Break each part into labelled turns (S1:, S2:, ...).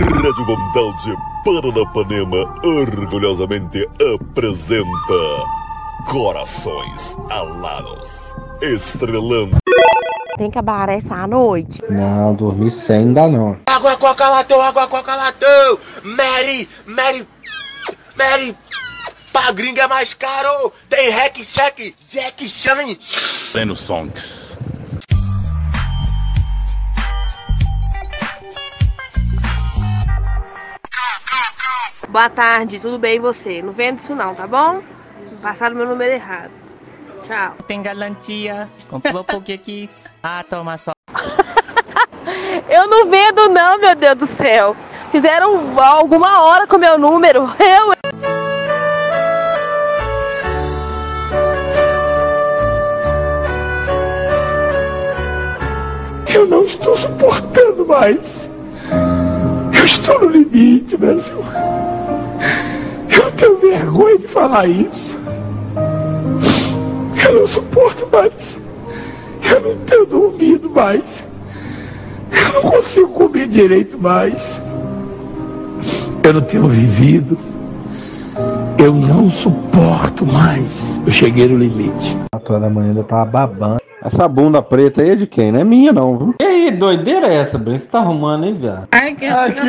S1: Rádio Bandal de Paranapanema orgulhosamente apresenta Corações Alados, estrelando.
S2: Tem que acabar essa noite.
S3: Não, dormir sem ainda não.
S4: Água coca latão, água coca latão. Mary, Mary, Mary. Pra gringa é mais caro. Tem hack, check, Jack Chan.
S5: Pleno Songs.
S2: Boa tarde, tudo bem e você? Não vendo isso não, tá bom? Passaram meu número errado. Tchau.
S6: Tem galantia, comprou porque quis. Ah, toma só.
S2: Eu não vendo não, meu Deus do céu. Fizeram alguma hora com meu número. Eu
S7: Eu não estou suportando mais. Eu estou no limite, Brasil. Eu tenho vergonha de falar isso. Eu não suporto mais. Eu não tenho dormido mais. Eu não consigo comer direito mais. Eu não tenho vivido. Eu não suporto mais. Eu cheguei no limite.
S3: 4 horas da manhã eu tava babando. Essa bunda preta aí é de quem? Não é minha, não, viu?
S8: E aí, doideira é essa, Breno? Você tá arrumando, hein, viado?
S9: Ai, que
S10: Aqui,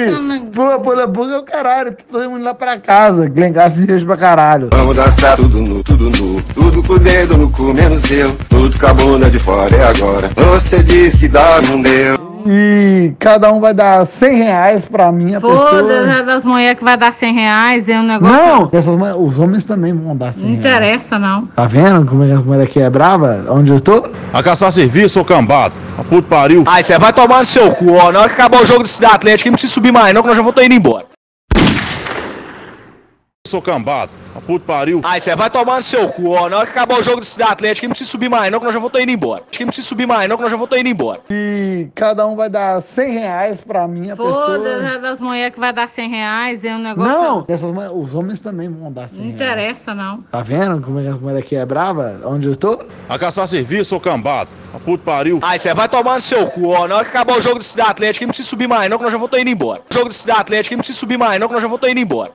S10: boa, bolha, bolha é o caralho. Todo mundo lá pra casa. Glengasse de pra caralho.
S11: Vamos dançar tudo nu, tudo nu, tudo com o dedo no cu, menos eu. Tudo com a bunda de fora, é agora. Você diz que dá, não deu.
S10: E cada um vai dar 100 reais pra minha pessoa.
S9: Foda-se das mulheres que vai dar 100 reais, é um negócio.
S10: Não, essas mulheres- os homens também vão dar 100
S9: Não
S10: reais.
S9: interessa, não.
S10: Tá vendo como é que as mulheres aqui é brava? Onde eu tô?
S5: A caçar serviço, ô cambado. A puto pariu.
S12: Aí você vai tomar no seu cu, ó. Na hora que acabar o jogo do Cidade Atlético, não precisa subir mais, não, que nós já vamos indo embora.
S5: Sou cambado. A puto pariu.
S12: Aí você vai tomar no seu cu, ó. Na hora que acabar o jogo do Cidade Atlético, não precisa subir mais, não, que nós já vamos indo embora. Acho que não precisa subir mais, não, que nós já vamos indo embora.
S10: E cada um vai dar 100 reais pra minha pessoa.
S9: Foda-se das mulheres que vai dar 100 reais, é um negócio.
S10: Não, essas mulheres- os homens também vão dar 100
S9: Não
S10: reais.
S9: interessa, não.
S10: Tá vendo como é que as mulheres aqui é brava? Onde eu tô?
S5: A caçar serviço, ô cambado. A puto pariu.
S12: Aí você vai tomar no seu cu, ó. Na hora que acabar o jogo do Cidade Atlético, não precisa subir mais, não, que nós já vamos indo embora. Jogo do Cidade Atlético, não precisa subir mais, não, que nós já vamos indo embora.